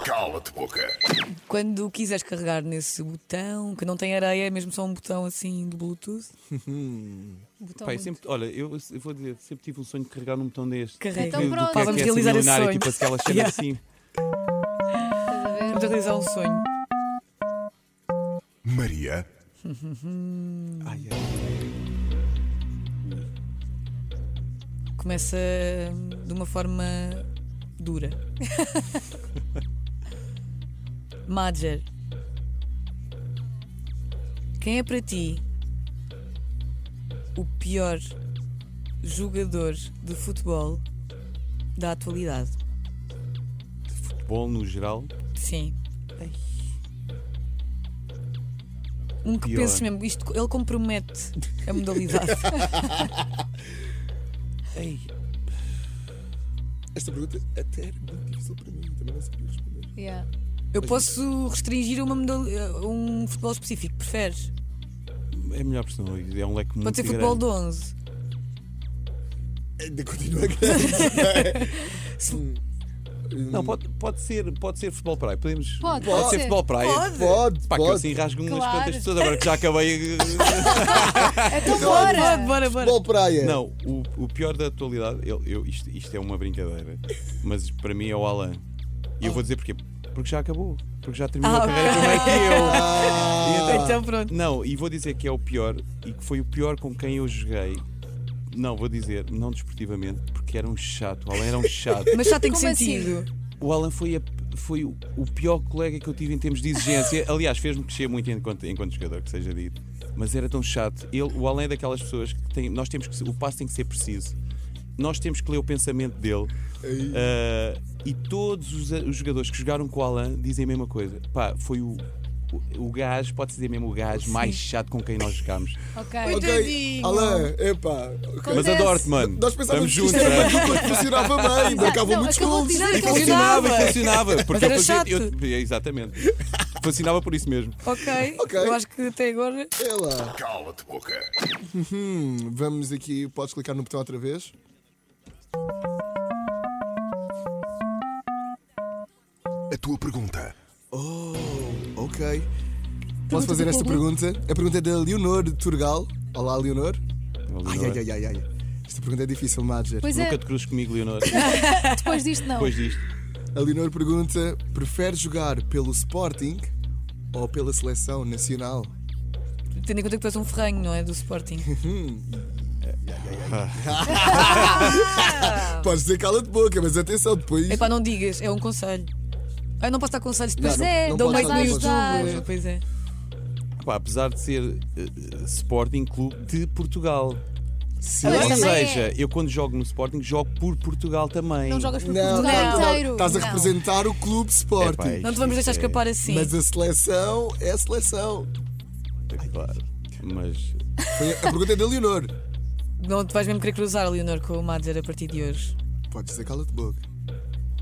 Cala-te boca. Quando quiseres carregar nesse botão, que não tem areia, é mesmo só um botão assim de Bluetooth. botão Pá, eu muito- sempre, olha, eu, eu vou dizer, sempre tive um sonho de carregar num botão deste. Carrega. Tipo, Então do que pronto. é que Vamos é ser realizar esse milionário, sonho. Tipo aquela cena Yeah. assim. Estás a ver? Vamos realizar um sonho. Maria, Ai, ai. Começa hum, de uma forma dura. Madger. Quem é para ti o pior jogador de futebol da atualidade? Futebol no geral. Sim. Um que Pior. penses mesmo, isto, ele compromete a modalidade. Ei, Esta pergunta até era muito difícil para mim, também não sabia responder. Yeah. Eu posso restringir a uma modal- a um futebol específico, preferes? é a melhor pessoa. É um leque muito Pode ser grande. futebol de 11. Ainda continua grande. Hum. Não, pode, pode, ser, pode ser futebol praia. Podemos, Pode, pode ser ser. futebol praia. Pode. Pode, Pá, que eu pode. assim rasgo umas Claro. quantas pessoas agora que já acabei. eh, Então Bora, bora! bora, bora. Futebol praia. Não, o, o pior da atualidade, eu, eu- isto, isto é uma brincadeira, mas para mim é o Alan. E eu vou dizer porquê? Porque já acabou, porque já terminou Ah, a carreira primeiro que eu. Ah, Então pronto. Não, e vou dizer que é o pior e que foi o pior com quem eu joguei. Não, vou dizer, não desportivamente, porque era um chato. O Alan era um chato. Mas já tem que Como assim? sentido. O Alan foi, a- foi o, o pior colega que eu tive em termos de exigência. Aliás, fez-me crescer muito enquanto, enquanto jogador, que seja dito. Mas era tão chato. Ele, o Alan é daquelas pessoas que tem, nós temos que se- o passo tem que ser preciso. Nós temos que ler o pensamento dele. Ah, e todos os, os jogadores que jogaram com o Alan dizem a mesma coisa. Pá, foi o, o, o gajo, pode-se dizer mesmo o gajo mais chato com quem nós jogámos. Ok. Então, ok. Tadinho. Alain, epá. ok. Mas Acontece. adoro-te, mano. Nós pensávamos Estamos que isto juntos, né? era mano. uma dupla que funcionava bem, marcavam não, muitos acabou de gols. dizer E que E Funcionava. funcionava, e funcionava. Porque era eu fazia, chato. eu, exatamente. Funcionava por isso mesmo. Ok. Ok. Eu acho que até agora. É lá. cala-te boca. Hum, vamos aqui, podes clicar no botão outra vez? A tua pergunta. Oh, ok. Posso fazer esta pergunta? A pergunta é da Leonor de Turgal. Olá, Leonor. Ai, ai, ai, ai, ai. Esta pergunta é difícil, Madger. Pois é, Nunca te cruzes comigo, Leonor. depois disto não. Depois disto. A Leonor pergunta: prefere jogar pelo Sporting ou pela seleção nacional? Tendo em conta que tu és um ferranho, não é? Do Sporting. Podes dizer cala de boca, mas atenção, depois. Epá, não digas, é um conselho. Ah, eu não posso dar conselhos, depois não, é, não dão podes like dar, no não YouTube. podes dar. eh, Pois é. Pá, apesar de ser eh, Sporting Clube de Portugal. Sim. Mas Ou também seja, é. eu quando jogo no Sporting, jogo por Portugal também. Não jogas por Não, Portugal não, não. inteiro. Estás a Não. representar o clube Sporting. Epá, isto- Não te vamos deixar isto é- escapar assim. Mas a seleção é a seleção. é claro. Mas Foi a a pergunta é da Leonor. Não te vais mesmo querer cruzar, Leonor, com o Madger a partir de hoje. Podes dizer cala de boca.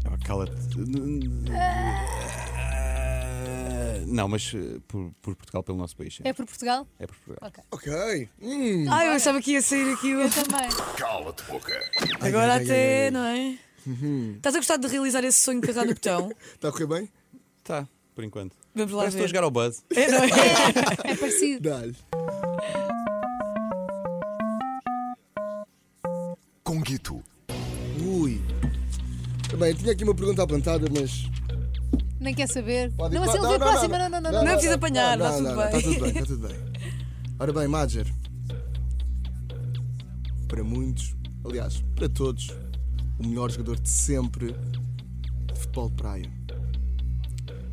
Ah, Cala-te. Não, mas eh, por, por Portugal, pelo nosso país. sim. É por Portugal? É por Portugal. Ok. Hum. Ah, eu achava que ia sair aqui o. Eu também. Cala-te boca. Agora ai, ai, até, não é? Uhum. Estás a gostar de realizar esse sonho de carregar no botão? Está a correr bem? Tá, por enquanto. Vamos lá Parece que estou a ver. jogar ao buzz. É, não é? É parecido. Dá-lhe. Conguito. Ui. Bem, tinha aqui uma pergunta apontada, mas. Nem quer saber. Pode ir não, pa- assim, ele vê a próxima. Não, não, não. não. não. precisa apanhar, não, tá tudo não, bem. Não, está tudo bem, está tudo bem. Ora bem, Madger. Para muitos, aliás, para todos, o melhor jogador de sempre de futebol de praia.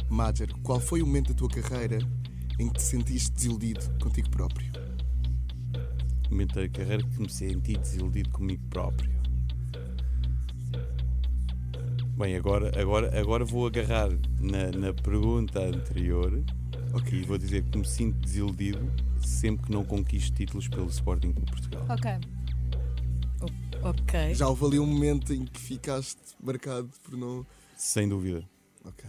Madger, qual foi o momento da tua carreira em que te sentiste desiludido contigo próprio? No momento da carreira que me senti desiludido comigo próprio. Bem, agora, agora, agora vou agarrar na, na pergunta anterior e vou dizer que me sinto desiludido sempre que não conquisto títulos pelo Sporting Clube de Portugal. Ok. Ok. Já houve ali um momento em que ficaste marcado por não. Sem dúvida. Ok.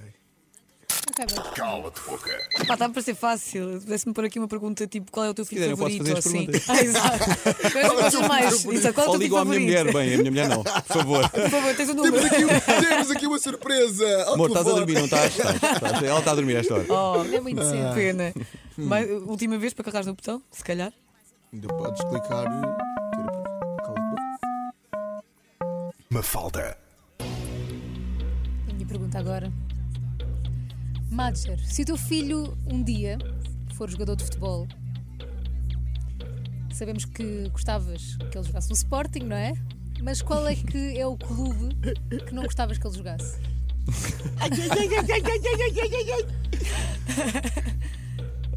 Ok, bem. Cala-te boca. Pá, estava para ser tá fácil. Se pudesse-me pôr aqui uma pergunta tipo qual é o teu filho quiserem, eu posso favorito fazer as ou perguntas. assim. Ah, exato. Eu não gosto mais. Exato, qual é o Ou teu filho ligo à minha favorito? mulher, bem, a minha mulher não, por favor. Por favor, tens o número. Temos aqui, um- temos aqui uma surpresa! Ao Amor, estás a telefone. dormir, não estás? Estás, estás. Ela está a dormir a esta hora. Oh, Ainda é muito cedo. pena. Mas, última vez para carregares no botão, se calhar. Ainda podes clicar. Tira para- cala-te. Mafalda. A minha pergunta agora. Madger, se o teu filho um dia for jogador de futebol, sabemos que gostavas que ele jogasse no Sporting, não é? Mas qual é que é o clube que não gostavas que ele jogasse?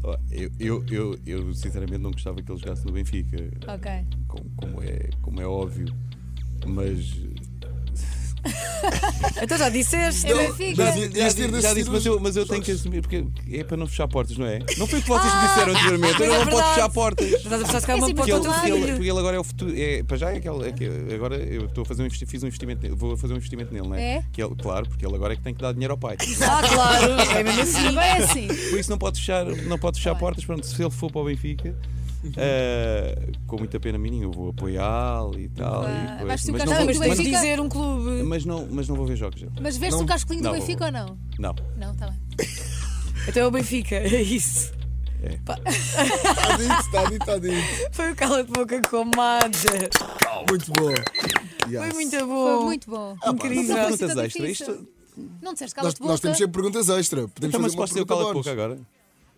Oh, Eu, eu, eu, eu, sinceramente não gostava que ele jogasse no Benfica, Ok. com- como é, como é óbvio, mas. Então já disseste. É Benfica. assim. mas- Devias ter di- já disse, decidido mas eu, mas eu tenho que assumir, porque é para não fechar portas, não é? Não foi o que vocês me disseram anteriormente, eu é não posso verdade. fechar portas. Estás a pensar se calhar É uma assim, para o Porque teu ele, porque claro. ele- filho. porque ele agora é o futuro. É, para já é aquele. é que agora eu estou a fazer um investi- fiz um investimento nele, vou fazer um investimento nele, não é? É? Que ele- claro, porque ele agora é que tem que dar dinheiro ao pai. Ah, claro. É mesmo assim. Agora é assim. Por isso não pode fechar, não pode fechar Tá bem. portas. Pronto, se ele for para o Benfica, eh, com muita pena menina, eu vou apoiá-lo e tal. Claro. e coisa. Vais-te mas, tocar não Não, Sabe mas vou, que o tens de Benfica- dizer um clube. mas, não, mas não vou ver jogos dele. Mas veste um casco lindo do Não, Benfica ou não? Não. Não, tá bem. Então é o Benfica, é isso. Está dito, está dito, está dito. Foi o cala de boca com a Madger. Muito bom. Yes. Foi muito bom. Foi muito bom. Então, Não são incrível. foi Oh. Ah, perguntas tão extra. difícil. Isto, Não disseste Nós, calas de boca. nós temos sempre perguntas extra. Podemos então, mas fazer uma posso ter o pergunta cala de bónus. boca agora?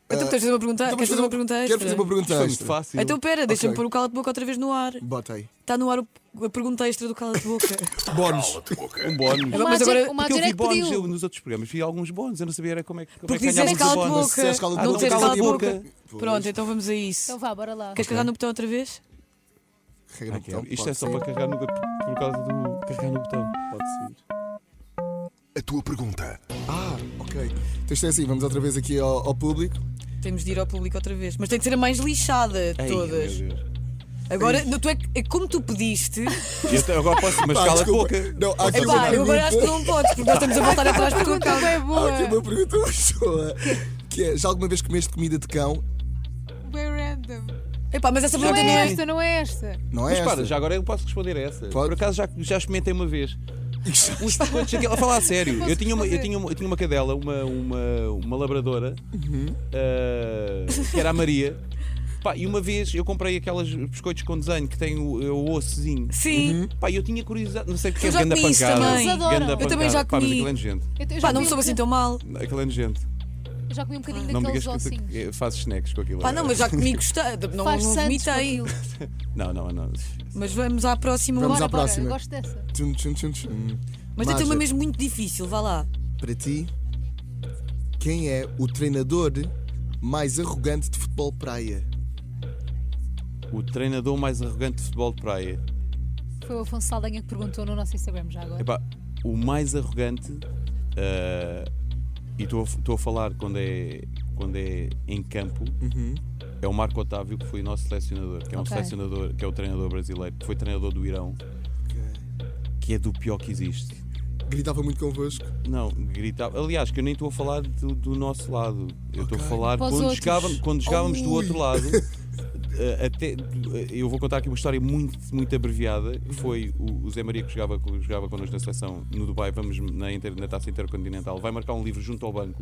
Então, queres fazer uma pergunta? Então Queres vamos fazer uma pergunta extra? Quero fazer uma pergunta Foi muito extra. fácil. Então, pera, deixa-me Ok. pôr o cala de boca outra vez no ar. Bota aí. Está no ar o- a pergunta extra do cala de boca. Bónus. Cala-te boca. um bónus. Agora- mas agora- Madger- o Porque eu Madger é vi que bónus eu, pediu. nos outros programas, vi alguns bónus, eu não sabia era como é que. Como é Porque que dizeste ganhávamos cala de o bónus. Se boca. és cala de Não boca, disseste cala cala de de boca. boca. Pois. Pronto, então vamos a isso. Então vá, bora lá. Queres carregar no botão outra vez? Regra Ah, do botão, quero. Isto Então, pode é só ser, para carregar no, por causa do carregar no botão. Pode ser. A tua pergunta. Ah, ok. Então isto é assim, vamos outra vez aqui ao, ao público. Temos de ir ao público outra vez. Mas tem de ser a mais lixada de Ei, todas. meu Deus. Agora, não, tu é, que- é como tu pediste. E até agora posso, mas Pá, cala de desculpa. boca. Não, há aqui É uma pá, eu agora pergunta. acho que é. não podes, porque nós estamos a voltar atrás para o Pergunta cala. bem boa. Há aqui uma pergunta uma pessoa. Que é, já alguma vez comeste comida de cão? Bem random. Epá, mas essa Não pergunta é não é. esta, não é esta. Não é Mas para, esta? já agora eu posso responder a essa. Pode. Por acaso já, já experimentei uma vez. Os biscoitos, aquilo- a falar a sério, eu tinha, uma, eu, fazer. tinha uma, eu tinha uma cadela, uma, uma, uma labradora, Uhum. ah, que era a Maria. Pá, e uma vez eu comprei aquelas biscoitos com desenho que tem o, o ossozinho. Sim. Uhum. Pá, eu tinha curiosidade, não sei porque Eu é já ganda comi isso pancada. também. Eles adoram. Ganda Eu pancada. também já Pá, mas comi. aquilo é nojento. Eu, eu Pá, não já comi me um soube assim bocadinho- tão mal. Aquilo é nojento. Eu já comi um bocadinho Não me daqueles digas que, ossinhos. tu- que fazes snacks com aquilo. Pá, não, mas já comigo gostei. Não, Faz não santos com vomitei. aquilo. Não, não, não. Mas vamos à próxima. Vamos Bora, à bora, próxima. eu gosto dessa. Tchum, tchum, tchum, tchum. Mas eu tenho uma Marja, mesmo muito difícil, vá lá. Hum. Para ti, quem é o treinador mais arrogante de futebol praia? O treinador mais arrogante de futebol de praia. Foi o Afonso Saldanha que perguntou no nosso Instagram já agora. Epá, o mais arrogante, ah, e estou a- estou a falar quando é, quando é em campo, Uhum. é o Marco Otávio, que foi o nosso selecionador, que é um Ok. selecionador, que é o treinador brasileiro, que foi treinador do Irão, que é do pior que existe. Gritava muito convosco. Não, gritava. Aliás, que eu nem estou a falar do, do nosso lado. Eu estou a falar Para os quando outros. jogávamos, quando jogávamos do Ui. outro lado. eh, Até, eh, eu vou contar aqui uma história muito, muito abreviada. Foi o, o Zé Maria que jogava, co- jogava connosco na seleção no Dubai, vamos na, inter, na taça intercontinental, vai marcar um livro junto ao banco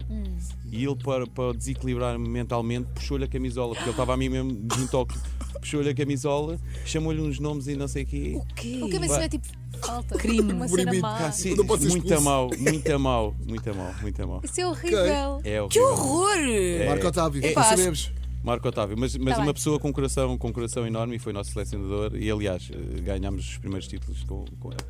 e ele, para, para desequilibrar-me mentalmente, puxou-lhe a camisola, porque ele estava a mim mesmo junto ao. Puxou-lhe a camisola, chamou-lhe uns nomes e não sei o quê. O que é Vai. isso é tipo falta. Crime. Uma Proibido. cena má. Ah, sim, Não pode ser muito a expulso. mal, muito a mal, muito a mal, muito a mal. Isso é horrível. É Que horrível. horror! Marco Otávio, é- não sabemos. Marco Otávio, mas, mas Tá uma bem. pessoa com um coração, com um coração enorme e foi nosso selecionador e aliás eh, ganhámos os primeiros títulos com, com ele.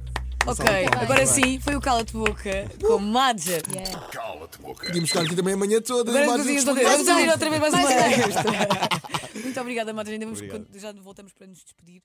Ok, Muito bem. agora sim, foi o cala de boca com Madger. Uh! Yeah. Cala-te boca. Podíamos ficar aqui também amanhã toda. Agora Marja, cozinhas outra responde- vez. Vamos mais abrir um. outra vez mais uma. Muito obrigada, Madre. Ainda vamos, Obrigado. já voltamos para nos despedir.